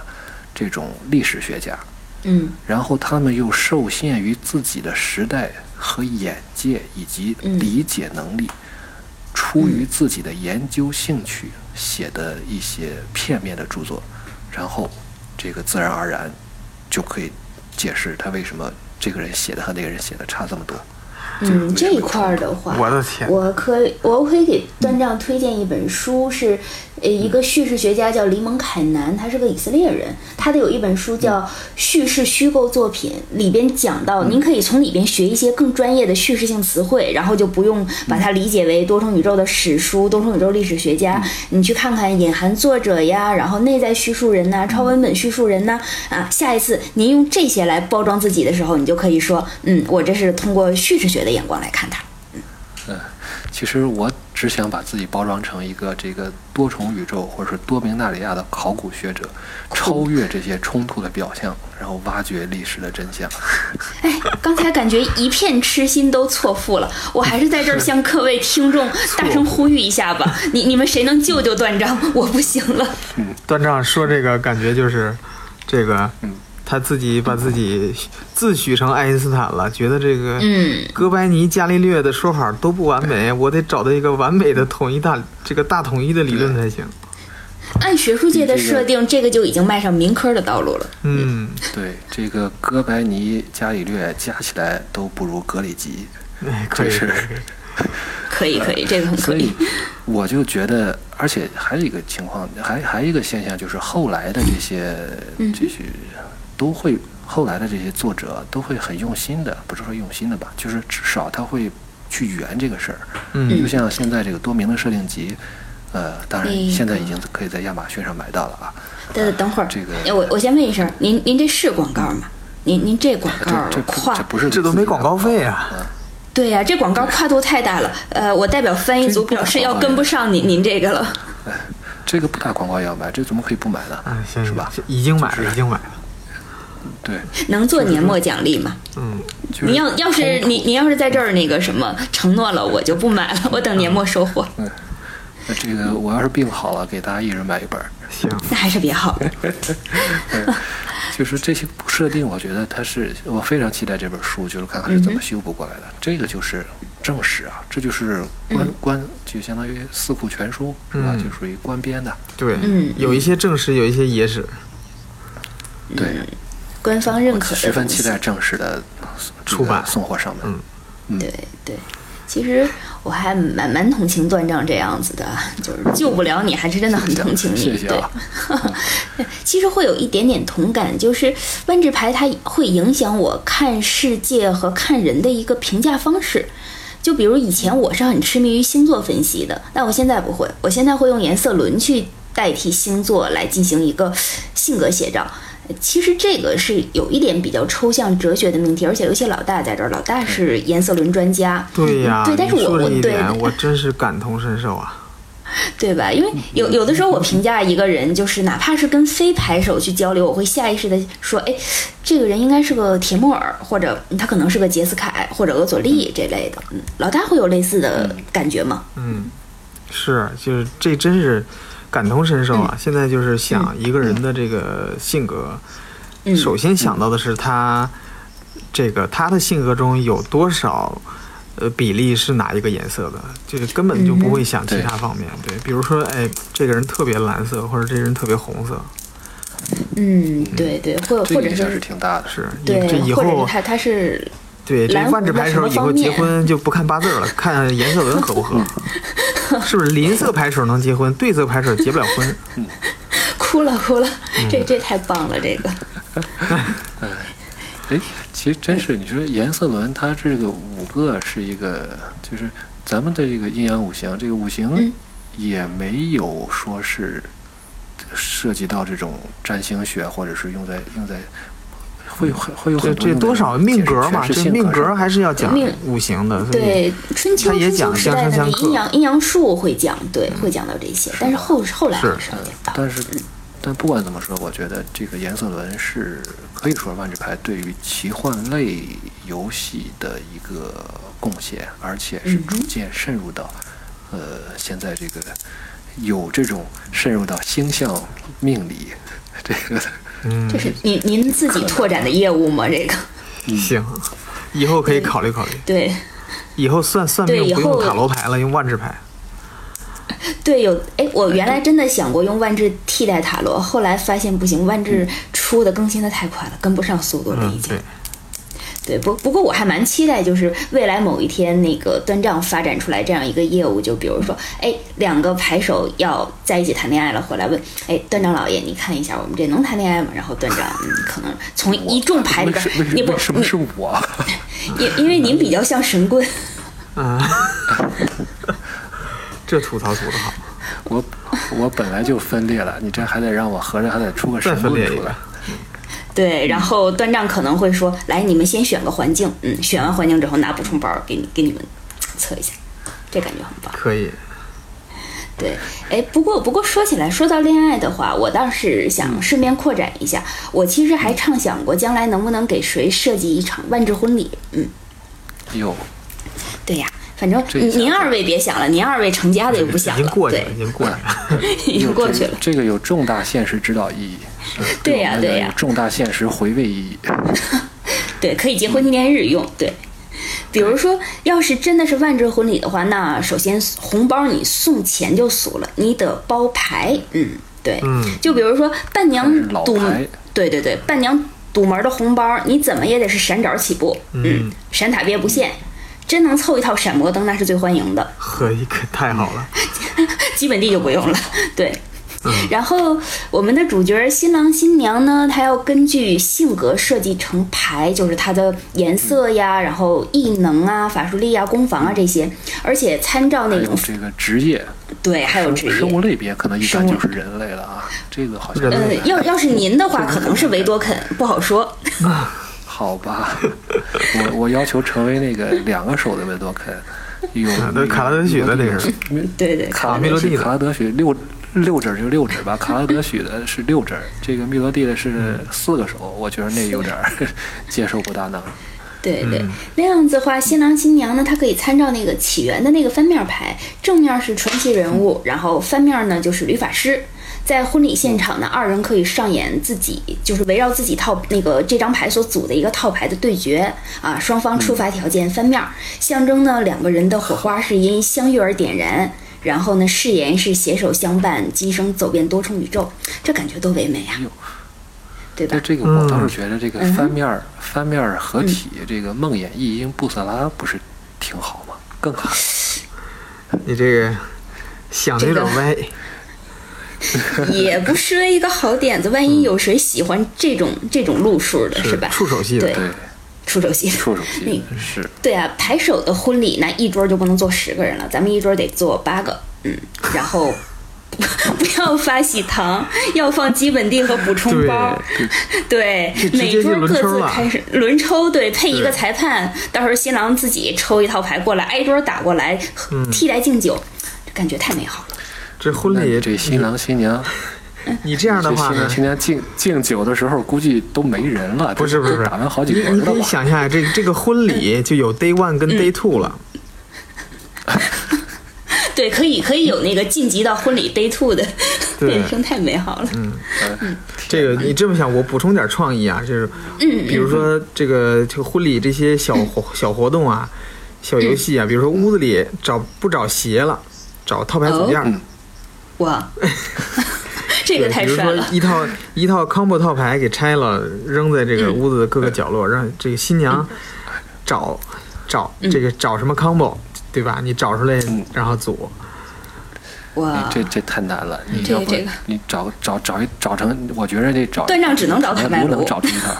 Speaker 1: 这种历史学家，
Speaker 3: 嗯
Speaker 1: 然后他们又受限于自己的时代和眼界以及理解能力，出于自己的研究兴趣写的一些片面的著作，然后这个自然而然就可以解释他为什么这个人写的和那个人写的差这么多。
Speaker 3: 嗯，这一块儿的话，
Speaker 2: 我的天
Speaker 3: 我可以，我可以给端丈推荐一本书，是呃一个叙事学家叫黎蒙凯南，他是个以色列人，他的有一本书叫《叙事虚构作品》，里边讲到，您可以从里边学一些更专业的叙事性词汇，然后就不用把它理解为多重宇宙的史书、多重宇宙历史学家，你去看看隐含作者呀，然后内在叙述人呐、超文本叙述人呐、啊，下一次您用这些来包装自己的时候，你就可以说，嗯，我这是通过叙事学的眼光来看它。
Speaker 1: 嗯，其实我只想把自己包装成一个这个多重宇宙或者是多明纳里亚的考古学者，超越这些冲突的表象，然后挖掘历史的真相。
Speaker 3: 哎，刚才感觉一片痴心都错付了，我还是在这儿向各位听众大声呼吁一 下吧，你你们谁能救救段章？我不行了。
Speaker 2: 段丈说这个感觉就是，这个，
Speaker 1: 嗯
Speaker 2: 他自己把自己自诩成爱因斯坦了，觉得这个，
Speaker 3: 嗯，
Speaker 2: 哥白尼、伽利略的说法都不完美，我得找到一个完美的统一大这个大统一的理论才行。
Speaker 3: 按学术界的设定，这个就已经迈上民科的道路了。
Speaker 2: 嗯，
Speaker 1: 对，这个哥白尼、伽利略加起来都不如格里吉，
Speaker 2: 哎，可以，
Speaker 1: 这是
Speaker 2: 可以可以
Speaker 3: 可以可以，这个很
Speaker 1: 所
Speaker 3: 可
Speaker 1: 呃以
Speaker 3: 以。
Speaker 1: 我就觉得，而且还有一个情况，还还有一个现象就是后来的这些这些都会，后来的这些作者都会很用心的，不是说用心的吧，就是至少他会去圆这个事儿。
Speaker 2: 嗯
Speaker 1: 就像现在这个多明的设定集，呃，当然
Speaker 3: 嗯
Speaker 1: 现在已经可以在亚马逊上买到了啊。
Speaker 3: 等等会儿，
Speaker 1: 这个
Speaker 3: 哎我我先问一声，您您这是广告吗？您您这广告
Speaker 1: 这这不
Speaker 3: 跨
Speaker 1: 这不是
Speaker 2: 这都没广告费啊。
Speaker 3: 对呀、这广告跨度太大了。呃，我代表翻译组表示要跟不上您您这个了。
Speaker 1: 这个不打广告也要买，这怎么可以不买呢？
Speaker 2: 嗯，行
Speaker 1: 是吧？？
Speaker 2: 已经买了，已经买了。
Speaker 1: 对，
Speaker 3: 能做年末奖励吗？
Speaker 2: 嗯，
Speaker 1: 就是
Speaker 3: 您要要是
Speaker 1: 通
Speaker 3: 你你要是在这儿那个什么承诺了，我就不买了，我等年末收获。
Speaker 1: 那呃这个我要是病好了，给大家一人买一本儿。
Speaker 2: 行，
Speaker 3: 那还是别好了。
Speaker 1: 就是这些设定，我觉得它是我非常期待这本书，就是看看是怎
Speaker 3: 嗯
Speaker 1: 么修补过来的。这个就是正史啊，这就是官、
Speaker 3: 嗯
Speaker 1: 官，就相当于四库全书是吧？
Speaker 2: 嗯
Speaker 1: 就属于官编的。
Speaker 2: 对，
Speaker 3: 嗯
Speaker 2: 有一些正史，有一些野史。
Speaker 1: 对，
Speaker 3: 官方认可的
Speaker 1: 十分期
Speaker 3: 东西
Speaker 1: 待正史的这个
Speaker 2: 出版
Speaker 1: 送货上门。
Speaker 2: 嗯
Speaker 3: 对对，其实我还蛮蛮同情断章这样子的，就是 救不了你，还是真的很同情你。
Speaker 1: 谢谢啊
Speaker 3: 对， 其实会有一点点同感，就是万智牌它会影响我看世界和看人的一个评价方式。就比如以前我是很痴迷于星座分析的，但我现在不会，我现在会用颜色轮去代替星座来进行一个性格写照。其实这个是有一点比较抽象哲学的命题，而且尤其老大在这儿，老大是颜色轮专家，
Speaker 2: 对呀、
Speaker 3: 嗯对但是
Speaker 2: 你
Speaker 3: 我
Speaker 2: 说这
Speaker 3: 我
Speaker 2: 一
Speaker 3: 对
Speaker 2: 点，我真是感同身受啊。
Speaker 3: 对吧？因为有有的时候我评价一个人，就是哪怕是跟非牌手去交流，我会下意识的说，哎，这个人应该是个铁木尔，或者嗯他可能是个杰斯凯或者俄佐利这类的。嗯，老大会有类似的感觉吗？
Speaker 2: 嗯，是，就是这真是感同身受啊。现在就是想一个人的这个性格，
Speaker 3: 嗯，
Speaker 2: 首先想到的是他、这个他的性格中有多少。呃，比例是哪一个颜色的？就是根本
Speaker 3: 嗯
Speaker 2: 就不会想其他方面。对，比如说，哎，这个人特别蓝色，或者这个人特别红色，
Speaker 3: 嗯，对对，或
Speaker 1: 这
Speaker 3: 或
Speaker 1: 个
Speaker 3: 者
Speaker 1: 影响是
Speaker 3: 是
Speaker 1: 挺大的。
Speaker 2: 是
Speaker 3: 对，
Speaker 2: 这以
Speaker 3: 或者
Speaker 2: 后
Speaker 3: 是他他是
Speaker 2: 对，这
Speaker 3: 蓝
Speaker 2: 万
Speaker 3: 红
Speaker 2: 智
Speaker 3: 的
Speaker 2: 牌
Speaker 3: 什
Speaker 2: 手
Speaker 3: 么
Speaker 2: 以
Speaker 3: 方
Speaker 2: 后结
Speaker 3: 面
Speaker 2: 婚就不看八字儿了，看颜色 轮合不合，是不是？邻色牌手能结婚，对色牌手结不了 婚。
Speaker 3: 哭了哭了，这这太棒了，这个
Speaker 1: 哎，其实真是你说颜色轮，它这个五个是一个，就是咱们的这个阴阳五行，这个五行
Speaker 3: 嗯
Speaker 1: 也没有说是涉及到这种占星学，或者是用在用在会有很会有
Speaker 2: 这
Speaker 1: 很多
Speaker 2: 这
Speaker 1: 用在
Speaker 2: 多少命格
Speaker 1: 全
Speaker 2: 嘛，
Speaker 1: 是
Speaker 2: 这
Speaker 1: 性
Speaker 2: 命
Speaker 1: 格
Speaker 2: 格
Speaker 1: 上
Speaker 2: 还是要讲
Speaker 3: 命
Speaker 2: 五行的。所以
Speaker 3: 对春秋
Speaker 2: 他也
Speaker 3: 春秋
Speaker 2: 讲
Speaker 3: 时
Speaker 2: 相生
Speaker 3: 代的那
Speaker 2: 相
Speaker 3: 个阴
Speaker 2: 克嗯
Speaker 3: 阳阴阳术会讲，对，会讲到这些，但是后后来
Speaker 2: 是
Speaker 3: 很少讲到。
Speaker 1: 但是，但不管怎么说，我觉得这个颜色轮是可以说万智牌对于奇幻类游戏的一个贡献，而且是
Speaker 3: 嗯
Speaker 1: 逐渐渗入到，呃，现在这个有这种渗入到星象命理这 个
Speaker 3: 这是您您自己拓展的业务吗？这个
Speaker 1: 嗯
Speaker 2: 行，以后可以考虑考虑。
Speaker 3: 对
Speaker 2: 以后算算
Speaker 3: 对
Speaker 2: 命
Speaker 3: 以
Speaker 2: 不用
Speaker 3: 后
Speaker 2: 塔罗牌了，用万智牌。
Speaker 3: 对有哎，我原来真的想过用万智替代塔罗，后来发现不行，万智出的更新的太快了，跟不上速度了已
Speaker 2: 嗯，
Speaker 3: 经。
Speaker 2: 对，
Speaker 3: 对，不不过我还蛮期待，就是未来某一天那个端账发展出来这样一个业务，就比如说，哎，两个牌手要在一起谈恋爱了，回来问，哎，端账老爷，你看一下我们这能谈恋爱吗？然后端账，嗯，可能从一众牌
Speaker 1: 为
Speaker 3: 里边
Speaker 1: 什为，
Speaker 3: 你
Speaker 1: 什
Speaker 3: 不
Speaker 1: 为什么是我？
Speaker 3: 你因因为您比较像神棍，
Speaker 2: 嗯， 这吐槽吐的好，
Speaker 1: 我我本来就分裂了，你这还得让我合着还得出个
Speaker 2: 再
Speaker 1: 神
Speaker 2: 分
Speaker 1: 棍
Speaker 2: 裂一
Speaker 1: 出
Speaker 2: 个
Speaker 1: 来。。嗯
Speaker 3: 对，然后端账可能会说，来，你们先选个环境，嗯，选完环境之后拿补充包给你给你们测一下，这感觉很棒。
Speaker 2: 可以，
Speaker 3: 对，哎，不过不过说起来，说到恋爱的话，我倒是
Speaker 2: 嗯
Speaker 3: 想顺便扩展一下，我其实还畅想过将来能不能给谁设计一场万智婚礼。嗯，
Speaker 1: 哟，
Speaker 3: 对呀，反正
Speaker 1: 这一下
Speaker 3: 您二位别想了，您二位成家的也不想
Speaker 2: 已经
Speaker 3: 了，
Speaker 2: 过去
Speaker 3: 对
Speaker 2: 了，已，经过去 了。
Speaker 3: 已经过去了。
Speaker 1: 这个有重大现实指导意 义。
Speaker 3: 对
Speaker 1: 我
Speaker 3: 呀
Speaker 1: 们
Speaker 3: 对
Speaker 1: 有
Speaker 3: 呀
Speaker 1: 重大现实回味意义。
Speaker 3: 对，可以结婚纪念日用。对，比如说，要是真的是万智婚礼的话，那首先红包你送钱就俗了，你得包牌。嗯，对，
Speaker 2: 嗯
Speaker 3: 就比如说伴娘
Speaker 1: 还是老
Speaker 3: 堵
Speaker 1: 牌，
Speaker 3: 对对对，伴娘堵门的红包，你怎么也得是闪找起步，嗯，闪塔别不限。真能凑一套闪摩登，那是最欢迎的，
Speaker 2: 可以，可太好了。
Speaker 3: 基本地就不用了。对，
Speaker 1: 嗯
Speaker 3: 然后我们的主角新郎新娘呢，他要根据性格设计成牌，就是它的颜色呀，然后异能啊、法术力呀、攻防啊这些，而且参照
Speaker 1: 还
Speaker 3: 那
Speaker 1: 有
Speaker 3: 种
Speaker 1: 这个职业，
Speaker 3: 对，还有职
Speaker 1: 嗯生物
Speaker 3: 业。
Speaker 1: 类别可能一般
Speaker 3: 生物
Speaker 1: 就是人类了啊，这个好像
Speaker 2: 人
Speaker 3: 呃，要要是您 的话，可能是维多肯，不好说。
Speaker 1: 好吧， 我我要求成为那个两个手的维多肯，有
Speaker 2: 那啊卡拉德许的那是
Speaker 3: 对对，
Speaker 1: 卡拉
Speaker 2: 密罗地的
Speaker 1: 卡拉德许六六指儿就六指儿 吧，卡拉德许的是六指儿，这个密罗地的是
Speaker 3: 嗯
Speaker 1: 四个手，我觉得那有点儿 接受不大能。
Speaker 3: 对对，
Speaker 1: 嗯
Speaker 3: 那样子的话，新郎新娘呢，他可以参照那个起源的那个翻面牌，正面是传奇人物，
Speaker 1: 嗯
Speaker 3: 然后翻面呢就是吕法师。在婚礼现
Speaker 1: 嗯
Speaker 3: 场呢，二人可以上演自己就是围绕自己套那个这张牌所组的一个套牌的对决啊，双方出发条件翻面，
Speaker 1: 嗯
Speaker 3: 象征呢两个人的火花是因相遇而点燃，然后呢誓言是携手相伴，今生走遍多重宇宙，这感觉多唯美啊
Speaker 1: 哎呦，
Speaker 3: 对吧
Speaker 1: 那？这个
Speaker 2: 嗯
Speaker 1: 我倒是觉得这个翻面儿、翻面儿合体，这个梦魇一英布色拉不是挺好吗？更好。
Speaker 2: 你这个想的有点歪，
Speaker 3: 也不失为一个好点子。万一有谁喜欢这 种这种路数的是吧？
Speaker 2: 触手系的，
Speaker 3: 对
Speaker 1: 对，
Speaker 3: 出手戏。
Speaker 1: 触手机是
Speaker 3: 对啊，牌手的婚礼那一桌就不能坐十个人了，咱们一桌得坐八个。嗯，然后 不要发喜糖， 要放基本地和补充包。 对，
Speaker 2: 就直接
Speaker 3: 每
Speaker 2: 就
Speaker 3: 桌各
Speaker 2: 轮抽
Speaker 3: 自
Speaker 2: 了
Speaker 3: 开始轮抽，对，配一个
Speaker 2: 对
Speaker 3: 裁判，到时候新郎自己抽一套牌过来，挨桌打过来，
Speaker 2: 嗯
Speaker 3: 踢来敬酒，这感觉太美好了。
Speaker 2: 这婚
Speaker 1: 那
Speaker 2: 礼
Speaker 1: 你这新郎新娘，
Speaker 2: 你这样的
Speaker 1: 这
Speaker 2: 话
Speaker 1: 新
Speaker 2: 呢
Speaker 1: 郎，新娘敬敬酒的时候，估计都没人了，
Speaker 2: 不是
Speaker 1: 都
Speaker 2: 不是不是
Speaker 1: 打完好几
Speaker 2: 你
Speaker 1: 轮
Speaker 2: 你
Speaker 1: 了
Speaker 2: 可以
Speaker 1: 吧？
Speaker 2: 想象下，这这个婚礼就有 day one 跟 day two 了，
Speaker 3: 对，可以可以有那个晋级到婚礼 day two 的
Speaker 2: 对嗯
Speaker 3: 人生，太美好了。
Speaker 2: 这个你这么想，我补充点创意啊，就是，
Speaker 3: 嗯
Speaker 2: 比如说这个这个婚礼这些小活小活动啊，小游戏
Speaker 3: 嗯
Speaker 2: 啊，比如说屋子里找不找鞋了，找套牌组件儿，
Speaker 3: 哇，哦这个
Speaker 2: 对
Speaker 3: 太
Speaker 2: 比如
Speaker 3: 帅
Speaker 2: 说
Speaker 3: 了！
Speaker 2: 一套一套 combo 套牌给拆了，扔在这个
Speaker 3: 嗯
Speaker 2: 屋子的各个角落，让这个新娘找找
Speaker 3: 嗯
Speaker 2: 这个找什么 combo，对吧？你找出来，然后组。哎啊
Speaker 3: 哇，
Speaker 1: 这这太难了，你
Speaker 3: 这
Speaker 1: 要不
Speaker 3: 这个
Speaker 1: 你找找找一找成，我觉得这找
Speaker 3: 断账只能找
Speaker 1: 坦
Speaker 3: 坦
Speaker 1: 白
Speaker 3: 白炉
Speaker 1: 能找出一套。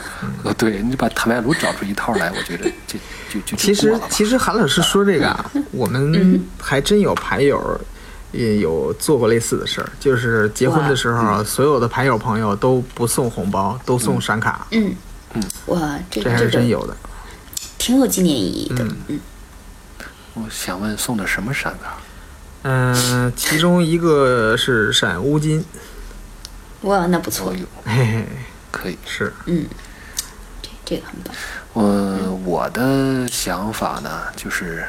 Speaker 1: 呃， 对你把坦白炉找出一套来，我觉得这就就就
Speaker 2: 其
Speaker 1: 过
Speaker 2: 实
Speaker 1: 了吧
Speaker 2: 其实韩老师说这个 啊，我
Speaker 3: 嗯
Speaker 2: 们还真有牌友也有做过类似的事儿，就是结婚的时候啊，所有的牌友朋友都不送红包，都送闪卡，
Speaker 3: 嗯，哇，这
Speaker 2: 这还是
Speaker 3: 这
Speaker 2: 真
Speaker 3: 个
Speaker 2: 有的。
Speaker 3: 挺有纪念意义的。嗯，
Speaker 1: 我想问送的什么啊闪卡？
Speaker 2: 嗯，其中一个是闪乌金，
Speaker 3: 哇，那不错
Speaker 2: 嗯
Speaker 3: 嗯
Speaker 1: 我，有，
Speaker 2: 嘿嘿，
Speaker 1: 可以。
Speaker 2: 是
Speaker 3: 这这个很棒。
Speaker 2: 嗯
Speaker 1: 我呃我的想法呢，就是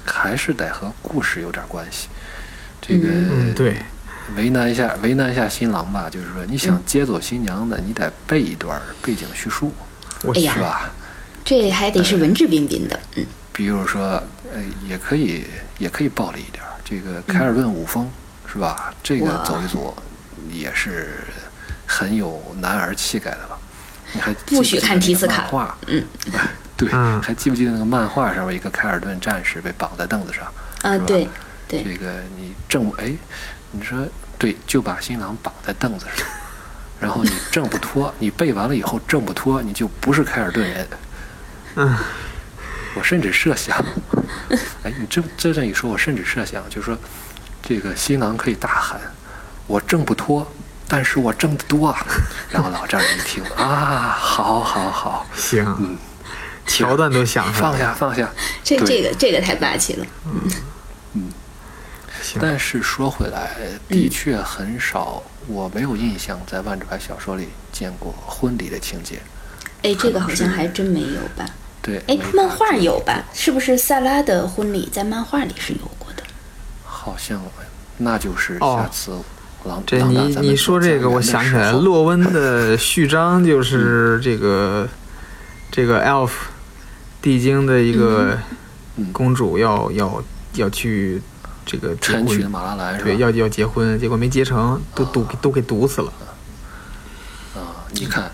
Speaker 1: 还是得和故事有点关系。这个
Speaker 2: 嗯对，
Speaker 1: 为难一下为难一下新郎吧，就是说你
Speaker 2: 嗯
Speaker 1: 想接走新娘的，你得背一段背景叙述，
Speaker 2: 我
Speaker 3: 哎
Speaker 2: 去
Speaker 3: 呀
Speaker 1: 是吧？
Speaker 3: 这还得是文质彬彬的，嗯，
Speaker 1: 比如说，呃，也可以也可以暴力一点儿，这个凯尔顿舞风、是吧？这个
Speaker 3: 嗯哇
Speaker 1: 走一走也是很有男儿气概的吧？你还
Speaker 3: 不许看提
Speaker 1: 提
Speaker 3: 斯卡
Speaker 1: 漫画，
Speaker 3: 嗯，
Speaker 1: 对，
Speaker 2: 嗯
Speaker 1: 还记不记得那个漫画上面一个凯尔顿战士被绑在凳子上？
Speaker 3: 啊
Speaker 1: 是吧
Speaker 3: 对对
Speaker 1: 这个你正哎，你说对，就把新郎绑在凳子上，然后你挣不脱，你背完了以后挣不脱，你就不是凯尔顿人。
Speaker 2: 嗯，
Speaker 1: 我甚至设 想，哎，你这这样一说，我甚至设想，就是说，这个新郎可以大喊：“我挣不脱，但是我挣得多啊！”然后老丈人一听 啊，好好好，
Speaker 2: 行
Speaker 1: 嗯，
Speaker 2: 桥段都想出来
Speaker 1: 放
Speaker 2: 了，
Speaker 1: 下放下，
Speaker 2: 嗯
Speaker 3: 这
Speaker 1: 对
Speaker 3: 这个这个太霸气了。
Speaker 2: 行，
Speaker 1: 但是说回来，的确很少，我没有印象在万智牌小说里见过婚礼的情节。
Speaker 3: 哎，这个好像还真没有吧？
Speaker 1: 对，没，
Speaker 3: 哎
Speaker 2: 嗯
Speaker 3: 漫
Speaker 1: 看
Speaker 3: 画有吧？是不是萨拉的婚礼在漫画里是有过的？
Speaker 1: 好像，那就是
Speaker 2: 哦
Speaker 1: 下次狼。
Speaker 2: 这
Speaker 1: 狼大
Speaker 2: 你
Speaker 1: 咱们
Speaker 2: 你说这个，
Speaker 1: 讲
Speaker 2: 我
Speaker 1: 的时
Speaker 2: 想起来，
Speaker 1: 候嗯
Speaker 2: 洛温 的序章就是这个、这个 elf 地精的一个
Speaker 1: 嗯
Speaker 2: 公主要、要要去这个结
Speaker 1: 陈取的
Speaker 2: 婚，
Speaker 1: 马拉兰是吧？哦
Speaker 2: 对，要要结婚，结果没结成，都毒、都给毒死了。
Speaker 1: 嗯啊，你看，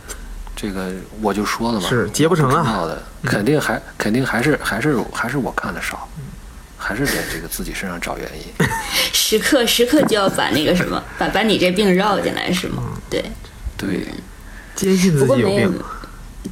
Speaker 1: 这个我就说了嘛，
Speaker 2: 是结不成啊嗯
Speaker 1: 我知道的，肯定还肯定还是还是还是我看的少，还是在这个自己身上找原 因。
Speaker 3: 时刻时刻就要把那个什么，把把你这病绕进来是吗？对，
Speaker 1: 对，
Speaker 2: 坚信自
Speaker 3: 不过
Speaker 2: 己有
Speaker 3: 没有
Speaker 2: 病。，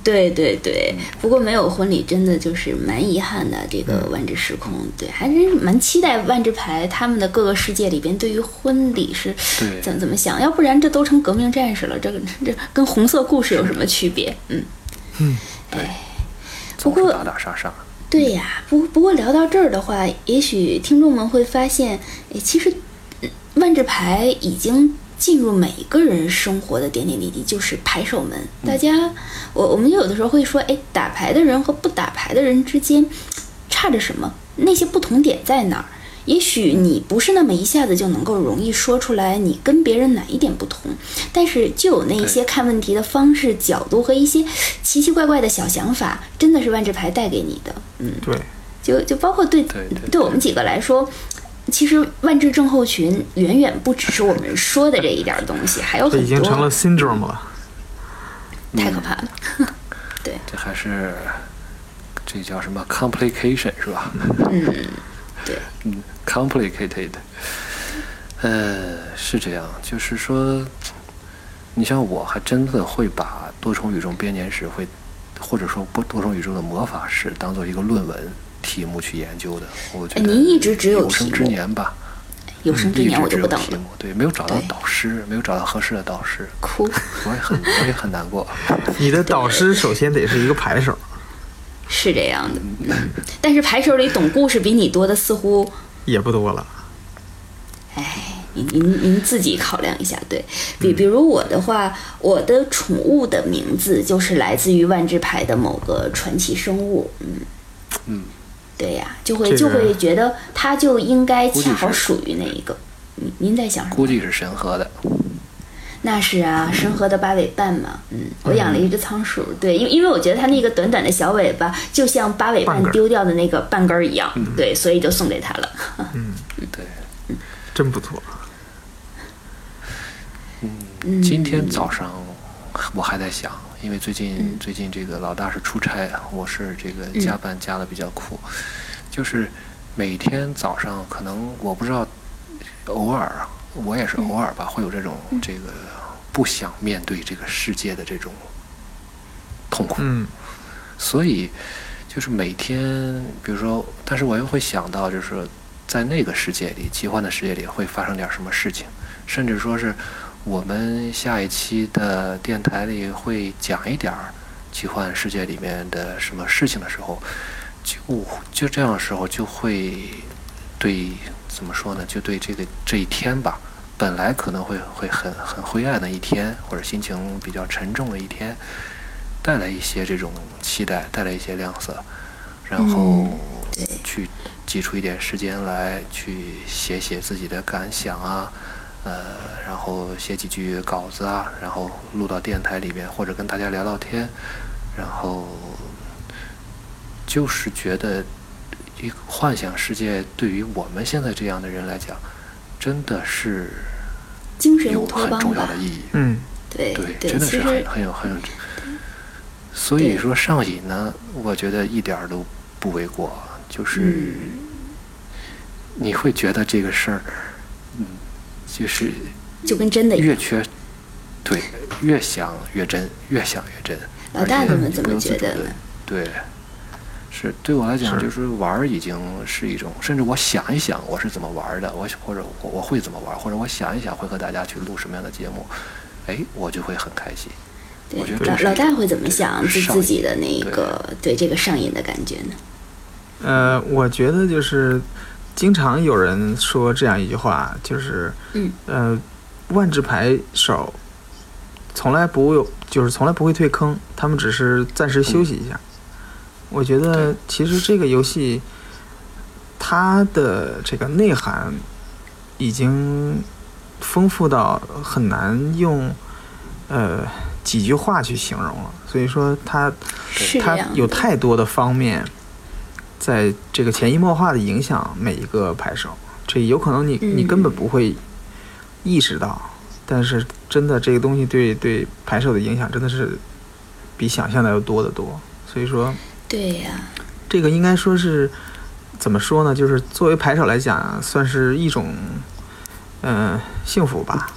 Speaker 3: 对对对，不过没有婚礼真的就是蛮遗憾的。这个
Speaker 2: 嗯
Speaker 3: 万智时空，对，还是蛮期待万智牌他们的各个世界里边对于婚礼是
Speaker 1: 对
Speaker 3: 怎怎么想，要不然这都成革命战士了，这个这跟红色故事有什么区别？嗯，
Speaker 1: 总
Speaker 3: 不
Speaker 1: 是
Speaker 3: 过
Speaker 1: 打打杀杀。
Speaker 3: 对呀。不不过聊到这儿的话，也许听众们会发现，诶，其实嗯万智牌已经。进入每一个人生活的点点滴滴，就是牌手们。大家，我我们有的时候会说，哎，打牌的人和不打牌的人之间差着什么？那些不同点在哪儿？也许你不是那么一下子就能够容易说出来你跟别人哪一点不同，但是就有那一些看问题的方式、角度和一些奇奇怪怪的小想法，真的是万智牌带给你的。嗯，
Speaker 2: 对，
Speaker 3: 就就包括对
Speaker 1: 对对
Speaker 3: 我们几个来说，其实万智症候群远远不只是我们说的这一点儿东西，还有
Speaker 2: 这
Speaker 3: 很
Speaker 2: 已经
Speaker 3: 多
Speaker 2: 成了 syndrome 了。
Speaker 3: 太可怕了。
Speaker 1: 这还是这叫什么 complication 是吧？
Speaker 3: 嗯，对，
Speaker 1: 嗯，complicated。呃，是这样，就是说，你像我还真的会把多重宇宙编年史会，或者说不多重宇宙的魔法史当做一个论文题目去研究的。我觉
Speaker 3: 哎
Speaker 1: 得
Speaker 3: 您一直只有
Speaker 1: 有生
Speaker 3: 题
Speaker 1: 之
Speaker 3: 目
Speaker 1: 年吧，
Speaker 3: 有生之
Speaker 1: 一
Speaker 3: 年
Speaker 1: 直
Speaker 3: 我就
Speaker 1: 只
Speaker 3: 不
Speaker 1: 有
Speaker 3: 等
Speaker 1: 题
Speaker 3: 了，
Speaker 1: 目，对，没有找到
Speaker 3: 对
Speaker 1: 导师，没有找到合适的导师，
Speaker 3: 哭。
Speaker 1: 我也很我也很难过。
Speaker 3: 嗯
Speaker 2: 你的导师首先得是一个牌手，
Speaker 3: 是这样的，嗯但是牌手里懂故事比你多的似乎，
Speaker 2: 也不多了。
Speaker 3: 哎，您您您自己考量一下。对比，比如我的话，我的宠物的名字就是来自于万智牌的某个传奇生物。嗯
Speaker 1: 嗯，
Speaker 3: 对呀、就会
Speaker 2: 这
Speaker 3: 就
Speaker 2: 个
Speaker 3: 会觉得它就应该
Speaker 1: 估计
Speaker 3: 恰好
Speaker 1: 是
Speaker 3: 属于那一个。您您在想什么？
Speaker 1: 估计是神和的，
Speaker 3: 那是啊，深河的八尾瓣嘛，嗯，我养了一只仓鼠，对，因为因为我觉得它那个短短的小尾巴，就像八尾
Speaker 2: 半
Speaker 3: 瓣
Speaker 2: 根儿
Speaker 3: 丢掉的那个半根儿一样，
Speaker 1: 嗯
Speaker 3: 对，所以就送给它了。
Speaker 1: 对。
Speaker 2: 嗯真不错。
Speaker 1: 今天早上我还在想，因为最近、最近这个老大是出差，我是这个加班加的比较苦，就是每天早上可能我不知道，偶尔我也是偶尔吧，会有这种这个不想面对这个世界的这种痛苦，
Speaker 2: 嗯，
Speaker 1: 所以就是每天，比如说，但是我又会想到，就是说在那个世界里，奇幻的世界里会发生点什么事情，甚至说是我们下一期的电台里会讲一点儿奇幻世界里面的什么事情的时候，就就这样的时候就会对怎么说呢？就对这个这一天吧。本来可能会会很很灰暗的一天，或者心情比较沉重的一天，带来一些这种期待，带来一些亮色，然后去挤出一点时间来去写写自己的感想啊，呃，然后写几句稿子啊，然后录到电台里面或者跟大家聊聊天，然后就是觉得一个幻想世界对于我们现在这样的人来讲，真的是
Speaker 3: 精神
Speaker 1: 有
Speaker 3: 乌托
Speaker 1: 很
Speaker 3: 邦
Speaker 1: 重要
Speaker 3: 吧
Speaker 1: 的，意义。
Speaker 2: 嗯，
Speaker 3: 对
Speaker 1: 对，
Speaker 3: 对，
Speaker 1: 真的
Speaker 3: 其
Speaker 1: 是很
Speaker 3: 实嗯
Speaker 1: 很有很有。所以
Speaker 3: 对
Speaker 1: 说上瘾呢，我觉得一点儿都不为过，
Speaker 3: 嗯
Speaker 1: 就是你会觉得这个事儿，嗯，就是
Speaker 3: 就跟真的一样。
Speaker 1: 越缺，对，越想越真，越想越真。
Speaker 3: 老大
Speaker 1: 而且
Speaker 3: 怎么
Speaker 1: 你
Speaker 3: 怎
Speaker 1: 不
Speaker 3: 么
Speaker 1: 由自
Speaker 3: 觉
Speaker 1: 主
Speaker 3: 得
Speaker 1: 地
Speaker 3: 呢？
Speaker 1: 对，是对我来讲，
Speaker 2: 是
Speaker 1: 就是玩儿已经是一种，甚至我想一想我是怎么玩儿的，我或者我我会怎么玩儿，或者我想一想会和大家去录什么样的节目，哎，我就会很开心。
Speaker 3: 对
Speaker 1: 我觉得
Speaker 3: 老
Speaker 1: 这是
Speaker 3: 老
Speaker 1: 一种
Speaker 3: 大会怎么想自
Speaker 1: 上
Speaker 3: 自
Speaker 1: 瘾
Speaker 3: 己的那一个对这个上瘾的感觉呢？
Speaker 2: 呃，我觉得就是经常有人说这样一句话，就是
Speaker 3: 嗯
Speaker 2: 呃，万智牌手从来不有，就是从来不会退坑，他们只是暂时休息一下。我觉得其实这个游戏它的这个内涵已经丰富到很难用呃几句话去形容了，所以说它
Speaker 3: 是这
Speaker 2: 它
Speaker 3: 样
Speaker 2: 有
Speaker 3: 的
Speaker 2: 太多的方面，在这个潜移默化的影响每一个牌手，这有可能你你
Speaker 3: 嗯
Speaker 2: 根本不会意识到，但是真的这个东西对对牌手的影响真的是比想象的要多得多，所以说
Speaker 3: 对呀、
Speaker 2: 这个应该说是怎么说呢？就是作为牌手来讲，算是一种嗯、呃幸福吧。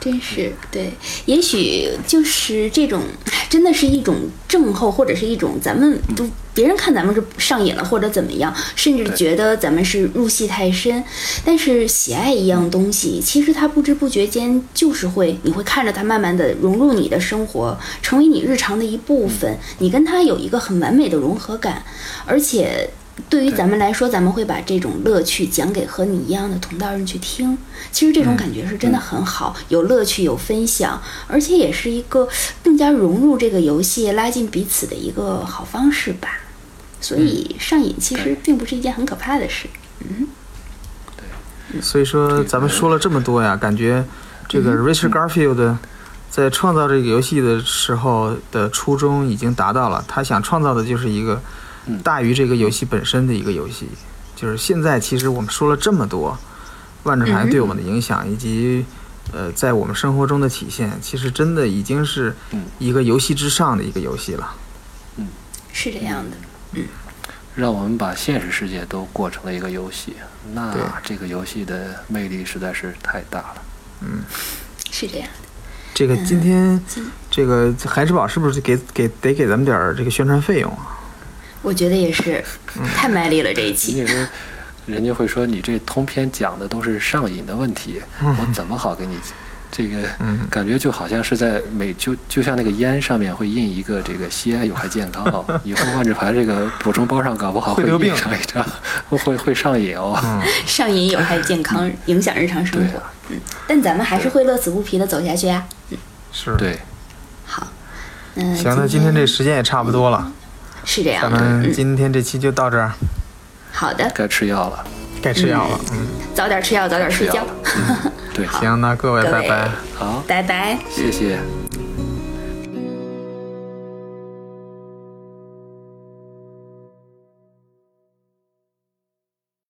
Speaker 3: 真是对，也许就是这种，哎真的是一种症候，或者是一种咱们都别人看咱们是上瘾了，或者怎么样，甚至觉得咱们是入戏太深。但是喜爱一样东西，其实它不知不觉间就是会，你会看着它慢慢的融入你的生活，成为你日常的一部分，你跟它有一个很完美的融合感，而且。对于咱们来说，咱们会把这种乐趣讲给和你一样的同道人去听。其实这种感觉是真的很好，有乐趣，有分享，而且也是一个更加融入这个游戏、拉近彼此的一个好方式吧。所以上瘾其实并不是一件很可怕的事。
Speaker 2: 所以说，咱们说了这么多呀，感觉这个 Richard Garfield 在创造这个游戏的时候的初衷已经达到了，他想创造的就是一个大于这个游戏本身的一个游戏。就是现在，其实我们说了这么多，万智牌对我们的影响以及呃在我们生活中的体现，其实真的已经是一个游戏之上的一个游戏了。
Speaker 3: 是这样的，
Speaker 1: 让我们把现实世界都过成了一个游戏，那
Speaker 2: 对
Speaker 1: 这个游戏的魅力实在是太大了。
Speaker 3: 是这样的。
Speaker 2: 这个今天这个海之宝是不是给给得给咱们点儿这个宣传费用啊？
Speaker 3: 我觉得也是，太卖力了这一期。
Speaker 1: 你说，人家会说你这通篇讲的都是上瘾的问题，我怎么好给你？这个
Speaker 2: 嗯
Speaker 1: 感觉就好像是在每就就像那个烟上面会印一个这个吸烟有害健康 哦，以后万智牌这个补充包上搞不好
Speaker 2: 会
Speaker 1: 会
Speaker 2: 得病嗯
Speaker 1: 印上一张，会会上瘾哦。
Speaker 3: 上瘾有害健康，影响日常生活
Speaker 1: 对。
Speaker 3: 嗯，但咱们还是会乐此不疲的走下去呀、
Speaker 2: 是。
Speaker 1: 对，
Speaker 3: 好，嗯，
Speaker 2: 行，那今天这时间也差不多了，
Speaker 3: 是这样
Speaker 2: 咱
Speaker 3: 的，
Speaker 2: 们
Speaker 3: 嗯，
Speaker 2: 今天这期就到这儿，
Speaker 3: 好的，
Speaker 1: 该吃药了。
Speaker 2: 该吃药了。嗯，
Speaker 3: 早点吃药，早点睡觉，
Speaker 1: 嗯 对，
Speaker 2: 行，那各位
Speaker 3: 各
Speaker 2: 拜
Speaker 3: 位
Speaker 2: 拜。
Speaker 1: 好，
Speaker 3: 拜拜。
Speaker 1: 谢谢。